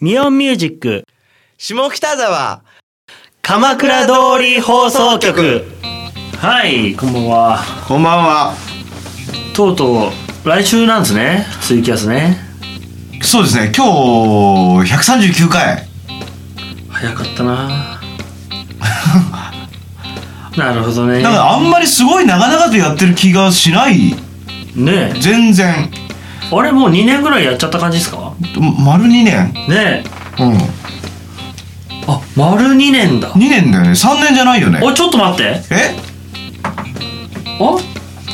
ミオンミュージック下北沢鎌倉通り放送局はいこんばんはこんばんはとうとう来週なんですねツイキャスねそうですね今日139回早かったな なるほどねなんかあんまりすごい長々とやってる気がしないね全然えあれもう2年ぐらいやっちゃった感じですか丸2年ねえうんあ丸2年だ2年だよね3年じゃないよねおちょっと待ってえあ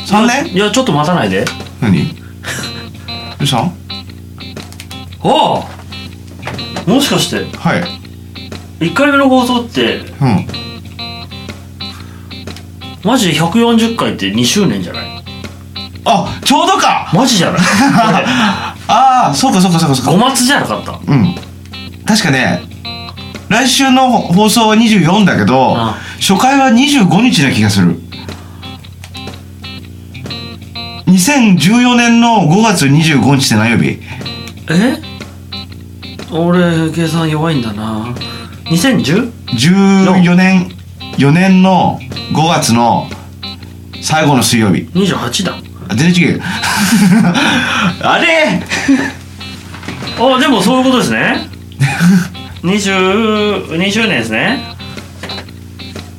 三年いやちょっと待たないで何 どうしたんああもしかしてはい1回目の放送ってうんマジで140回って2周年じゃないあちょうどかマジじゃない ああそうかそうかそうかそうか五松じゃなかったうん確かね来週の放送は24だけどああ初回は25日な気がする2014年の5月25日って何曜日え俺計算弱いんだな 2010? 14年4年の5月の最後の水曜日28だあ全然違う あれあでもそういうことですね 20, 2周年ですね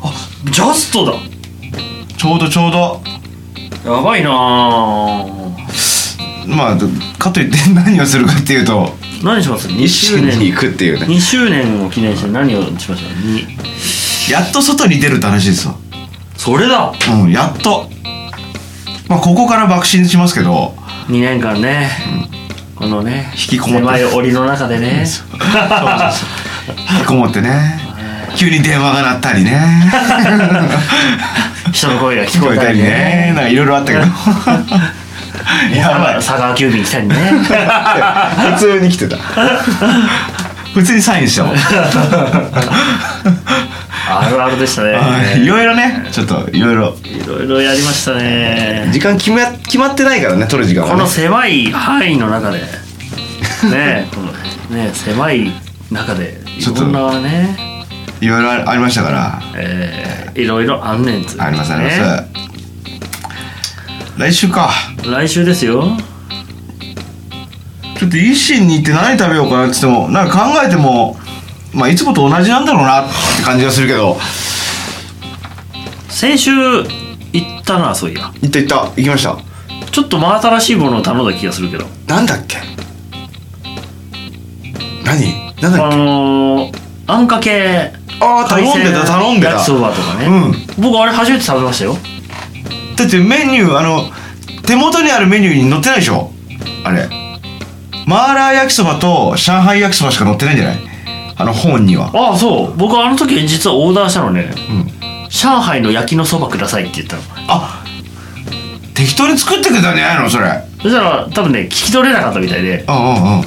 あジャストだちょうどちょうどやばいなあまあかといって何をするかっていうと何します2一周緒に年行くっていうね2周年を記念して何をしましょうにやっと外に出るって話ですよそれだうんやっとまあここから爆心しますけど2年間ね、このね引きこもって狭い檻の中でね引きこもってね急に電話が鳴ったりね人の声が聞聞ここええたたりりねねなんかいろいろあったけど やばい佐川急便来 たりね普通に来てた普通にサインしたもん、あるあるでしたはいいねろいろねちょっといろいろいろいろやりましたね時間決ま決まってないからね取る時間こはのね狭い範囲の中でねこのね狭い中でいちょっとろんなねいろいろありましたからえーいろいろあんねんつうねありますあります、来週か来週ですよちょっと一心に行って何食べようかなって言ってもなんか考えてもまあいつもと同じなんだろうなって感じがするけど先週行ったなそういや行った行った行きましたちょっと真新しいものを頼んだ気がするけどなんだっけ何なんだっあけのー、あんかけああ頼んでた頼んでた海鮮焼きそばとかね、僕あれ初めて食べましたよだってメニューあの手元にあるメニューに載ってないでしょあれマーラー焼きそばと上海焼きそばしか載ってないんじゃないあの本にはああそう僕あの時実はオーダーしたのね、ん上海の焼きのそばくださいって言ったのあ適当に作ってくれたんじゃないのそれそしたら多分ね聞き取れなかったみたいでうんうんうん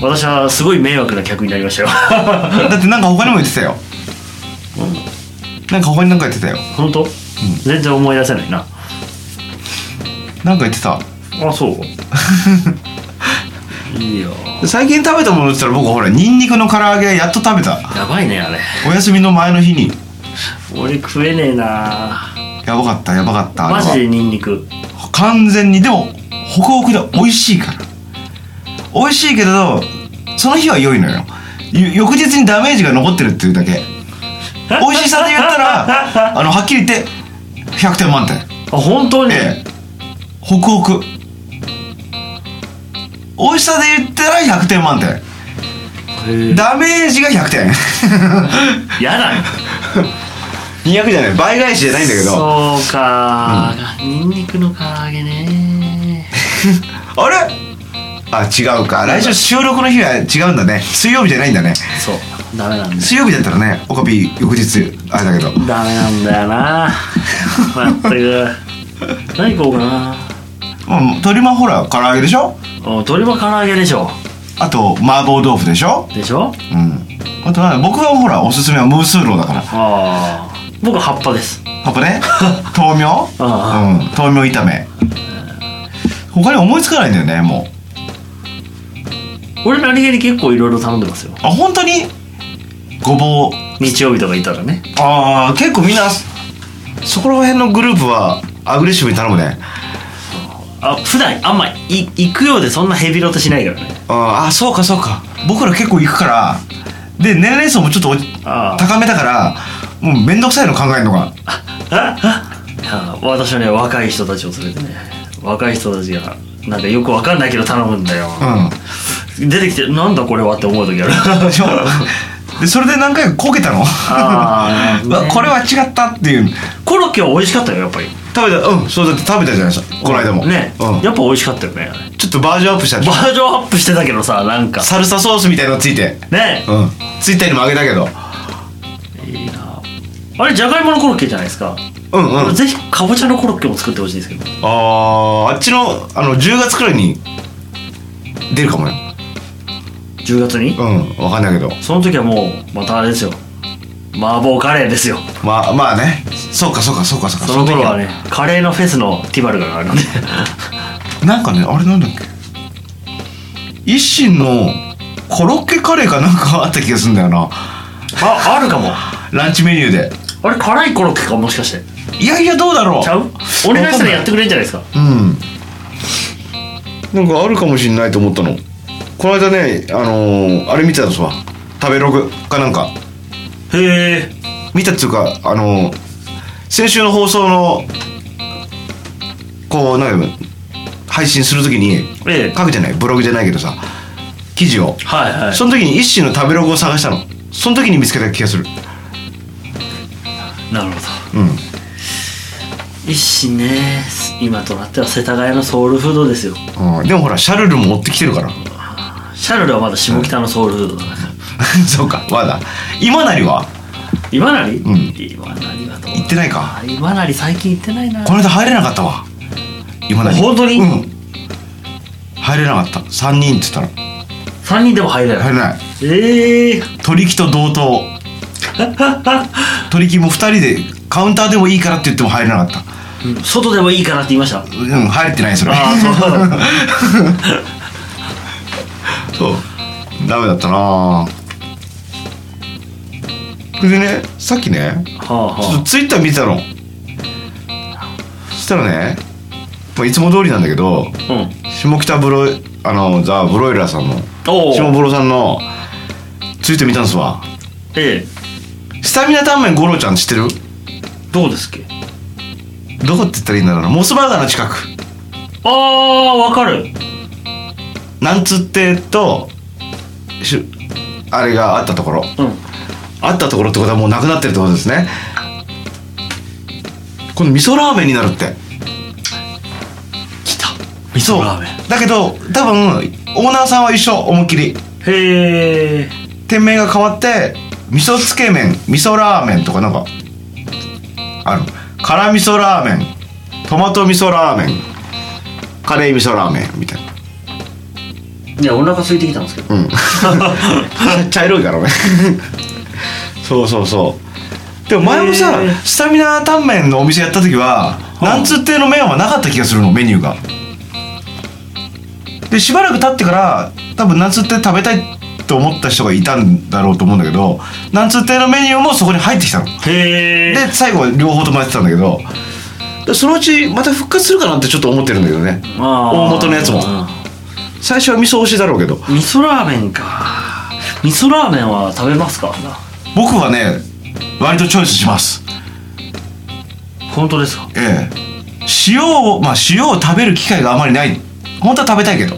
私はすごい迷惑な客になりましたよ だってなんか他にも言ってたよ、なんか他になんか言ってたよ本当、全然思い出せないななんか言ってたあそう いいよ最近食べたものって言ったら僕ほらニンニクの唐揚げやっと食べたやばいねあれお休みの前の日に俺食えねえなやばかったやばかったあれマはジでニンニク完全にでもホクホクで美味しいから美味しいけどその日は良いのよゆ翌日にダメージが残ってるっていうだけ美味しさで言った らあのはっきり言って100点満点あ本当に、ええホクホク美味しさで言ったら100点満点へえダメージが100点 やだよ200じゃない倍返しじゃないんだけどそうか、ニンニクの唐揚げねあれあ違うか来週収録の日は違うんだね水曜日じゃないんだねそうダメなんだよ水曜日だったらねオカピー翌日あれだけどダメなんだよなまったく何食おうかなうん鶏まほら唐揚げでしょお鶏は唐揚げでしょあと麻婆豆腐でしょでしょうんあとは僕はほらおすすめはムースーローだからああ僕は葉っぱですやっぱね豆苗あうん豆苗炒め他に思いつかないんだよねもう俺何気に結構いろいろ頼んでますよあ本当にごぼう日曜日とかいたらねああ結構みんなそこら辺のグループはアグレッシブに頼むねあ普段あんまい行くようでそんなヘビロテしないからねあーあそうかそうか僕ら結構行くからで年齢層もちょっとおああ高めだからもう面倒くさいの考えるのがあああ私はね若い人たちを連れてね若い人たちがなんかよくわかんないけど頼むんだよ、うん出てきてなんだこれはって思う時ある でそれで何回かこけたのああ うわこれは違ったっていうコロッケは美味しかったよやっぱり食べたうんそうだって食べたじゃないですかこの間もね、うん、やっぱ美味しかったよねあれちょっとバージョンアップしたでしバょージョンアップしてたけどさなんかサルサソースみたいのついてねうんツイッターにもあげたけどいいなあれじゃがいものコロッケじゃないですか、うんうんぜひかぼちゃのコロッケも作ってほしいんですけどあーあっちのあの10月くらいに出るかもよ10月に、うんわかんないけどその時はもうまたあれですよ麻婆カレーですよまあまあねそうかそうかそうかそうかその頃はね時カレーのフェスのティバルがある のではなんかねあれなんだっけ一心のコロッケカレーかなんかあった気がするんだよなああるかもランチメニューであれ辛いコロッケかもしかしていやいやどうだろうちゃうお願いしたらやってくれるんじゃないですかうんなんかあるかもしんないと思ったのこの間ねあのーあれ見てたんですわ食べログかなんかへえ見たっていうかあのー先週の放送のこうなんか配信するときにええ書くじゃないブログじゃないけどさ記事をはいはいその時に一心の食べログを探したのその時に見つけた気がするなるほどうん一心ね今となっては世田谷のソウルフードですようんでもほらシャルルも追ってきてるから シャルルはまだ下北のソウルフードだから、そうかまだ今なりは今成うん今成はどう行ってないかあ今成最近行ってないなこの間入れなかったわ今だけ本当にうん入れなかった3人って言ったら3人でも入れない、入れないええ取り木と同等 取り木も2人でカウンターでもいいからって言っても入れなかったうん外でもいいかなって言いましたうん入れてないそれああ そうダメだったなそれでねさっきねそうはあちょっとはツイッター見てたのそしたらね、まあ、いつも通りなんだけどあうん下北ブロあのザ・ブロイラーさんのおお下ブロさんのツイート見たんですわええスタミナタンメン五郎ちゃん知ってるどうですっけどこって言ったらいいんだろうなモスバーガーの近くああわかるなんつってとしあれがあったところうんあったところってことはもうなくなってるってことですねこの味噌ラーメンになるって来たそうラーメンだけど多分オーナーさんは一緒思いっきりへえ店名が変わって味噌つけ麺味噌ラーメンとかなんかある辛味噌ラーメントマト味噌ラーメンカレー味噌ラーメンみたいない やお腹空いてきたんですけど、うん茶色いからね そうそうそうでも前もさへースタミナタンメンのお店やった時はなんつっての麺はなかった気がするのメニューがでしばらく経ってから多分なんつって食べたいと思った人がいたんだろうと思うんだけどなんつってのメニューもそこに入ってきたのへえで最後は両方ともやってたんだけどでそのうちまた復活するかなってちょっと思ってるんだけどね大元のやつも最初は味噌推しだろうけど味噌ラーメンか味噌ラーメンは食べますか僕はね割とチョイスします本当ですかええ塩をまあ塩を食べる機会があまりない本当は食べたいけど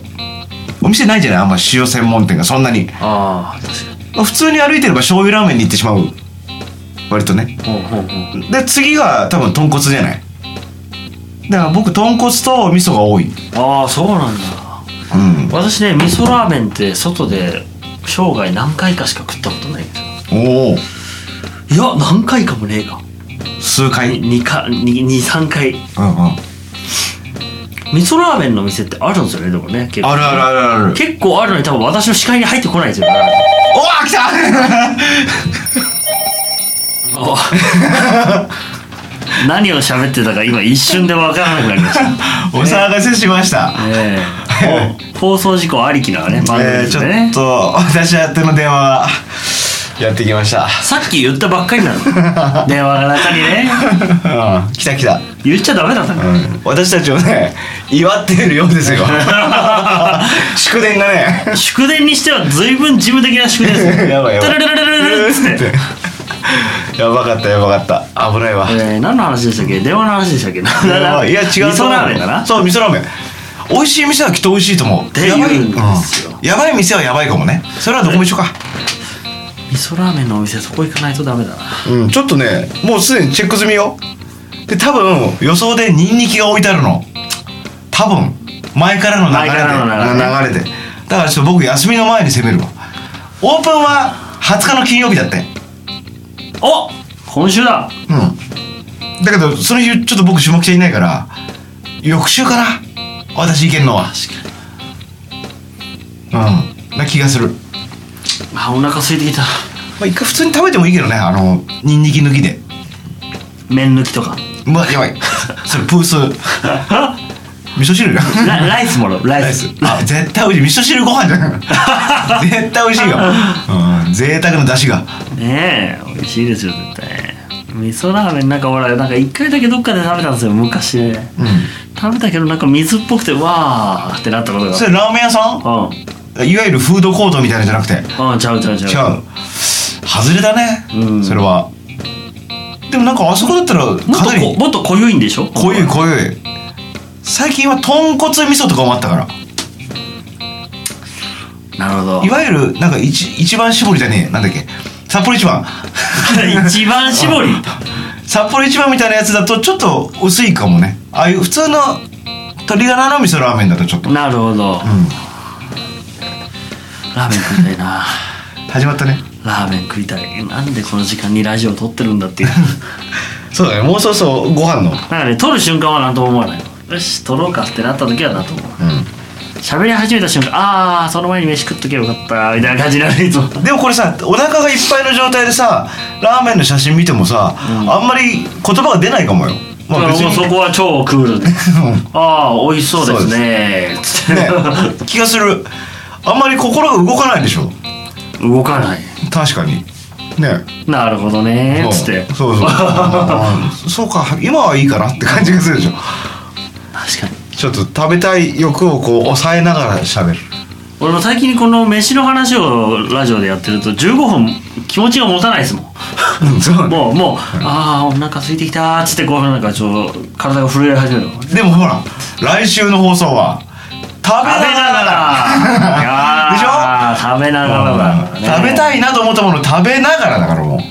お店ないじゃないあんま塩専門店がそんなに、ああ確かにまあ普通に歩いてれば醤油ラーメンに行ってしまう割とねほうほうほうで次が多分豚骨じゃないだから僕豚骨と味噌が多いああそうなんだうん私ね味噌ラーメンって外で生涯何回かしか食ったことないんですよおおいや何回かもねえか数回うん23回うん味噌ラーメンの店ってあるんですよねでもね結構あるあるあるある結構あるのに多分私の視界に入ってこないんですよおわ来 た 何を喋ってたか今一瞬で分からなくなりましたお騒がせしました、ええもう放送事故ありきなね番組えでー、ちすょね、っと私宛ての電話はやってきましたさっき言ったばっかりなの電話の中にねうん来た来た、言っちゃダメだったうのん、私たちをね祝っているよう ですよ祝電がね祝電にしては随分事務的な祝電ですねやばいやばタいララララララっつって やばかったやばかった危ないわえー何の話でしたっけ電話の話でしたっけいや違う味噌ラーメンだなそう味噌ラーメン美味しい店はきっと美味しいと思うてやばい、言うんうですよんやばい店はやばいかもねそれはどこも一緒か味噌ラーメンのお店そこ行かないとダメだなうんちょっとねもうすでにチェック済みよで多分予想でニンニキが置いてあるの多分前からの流れ前からで流れでだからちょっと僕休みの前に攻めるわオープンは20日の金曜日だってお今週だうんだけどその日ちょっと僕下北いないから翌週かな私行けんのはうんな気がするあお腹空いてきたまあ一回普通に食べてもいいけどねあのニンニキ抜きで麺抜きとかうわやばいそれプース味噌汁じゃんラライスもらうライスあ絶対美味しい味噌汁ご飯じゃ ん絶対美味しいよ、うん、贅沢な出汁がねえ美味しいですよ絶対味噌ラーメンなんかほらなんか一回だけどっかで食べたんですよ昔、食べたけどなんか水っぽくてわーってなったことがそれラーメン屋さうんんいわゆるフードコートみたいなのじゃなくてうんちゃうちゃうち違ゃうう外れだね、うんそれはでもなんかあそこだったらもっかとなこりもっと濃ゆいんでしょ濃い濃い最近は豚骨味噌とかもあったからなるほど いわゆるなんか一一番搾りじゃねえなんだっけ札幌一 番一番絞り札幌一番みたいなやつだとちょっと薄いかもねああいう普通の鶏ガラの味噌ラーメンだとちょっと、う ん、なるほどラーメン食いたいな始まったねラーメン食いたいなんでこの時間にラジオ撮ってるんだって いうそうだねもうそろそろご飯のうだんからね撮る瞬間は何とも思わないよし撮ろうかってなった時はなと思う喋り始めた瞬間ああその前に飯食っとけばよかったみたいな感じになるいつもでもこれさお腹がいっぱいの状態でさラーメンの写真見てもさ、あんまり言葉が出ないかもよだからもうそこは超クールで ああ美味しそうですねつって、ね気がするあんまり心が動かないでしょ 動かない確かにねなるほどねつってそ うそうそうあーそうか今はいいかなって感じがするでしょ確かにちょっと食べたい欲をこう抑えながら喋る俺も最近この飯の話をラジオでやってると15分気持ちが持たないですもんそう もうもうああお腹空いてきたーっつってこうなんかちょっと体が震え始めるの食でもほら来週の放送は食べなべながらいやーでし食べながらだからね、食べたいなと思ったものを食べながらだからも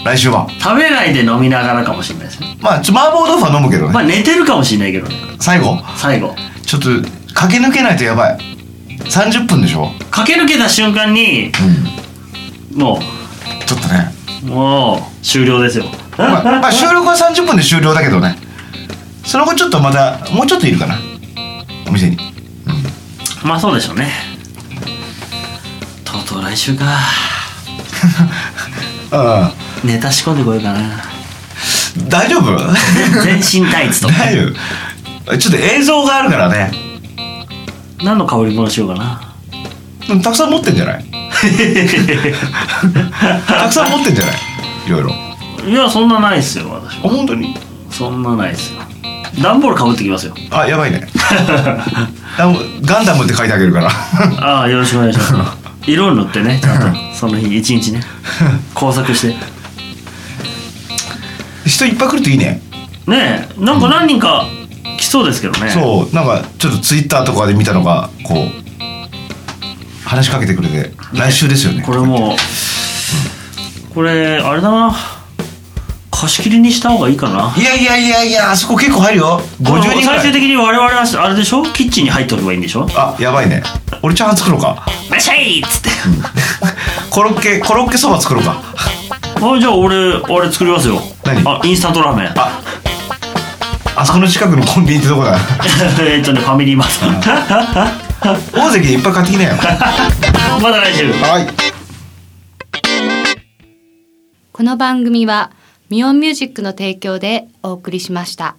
う来週は食べないで飲みながらかもしれないですねまあちょ麻婆豆腐は飲むけどね、まあ寝てるかもしれないけどね最後最後ちょっと駆け抜けないとやばい30分でしょ、駆け抜けた瞬間にうん、もちょっとねうもう終了ですよまあ、まあ収録は30分で終了だけどねその後ちょっとまたもうちょっといるかなお店にまあそうでしょうねとうとう来週かああネタ仕込んでこようかな大丈 夫全身タイツとか大丈夫ちょっと映像があるからね何の香り物しようかなでもたくさん持ってんじゃないたくさん持ってんじゃないいろいろあいやそんなないっすよ私は本当にそんなないっすよ段ボールかぶってきますよあやばいねあもうガンダムって書いてあげるからああよろしくお願いします色に塗ってねちゃんとその日一日ね工作して人いっぱい来るといいねねえなんか何人か来そうですけどねそうなんかちょっとツイッターとかで見たのがこう話しかけてくれて来週ですよねこれもうこれあれだな貸し切りにした方がいいかないやいやいやいやあそこ結構入るよ50人ぐ最ら終い的に我々はあれでしょキッチンに入っておけばいいんでしょあやばいね俺チャーハン作ろうかマシャイっつってコロッケコロッケそば作ろうかあじゃあ俺あれ作りますよ何あインスタントラーメン ああそこの近くのコンビニってとこだえっとねファミリーマート 大関でいっぱい買ってきなよはまた来週いこの番組はミオンミュージックの提供でお送りしました。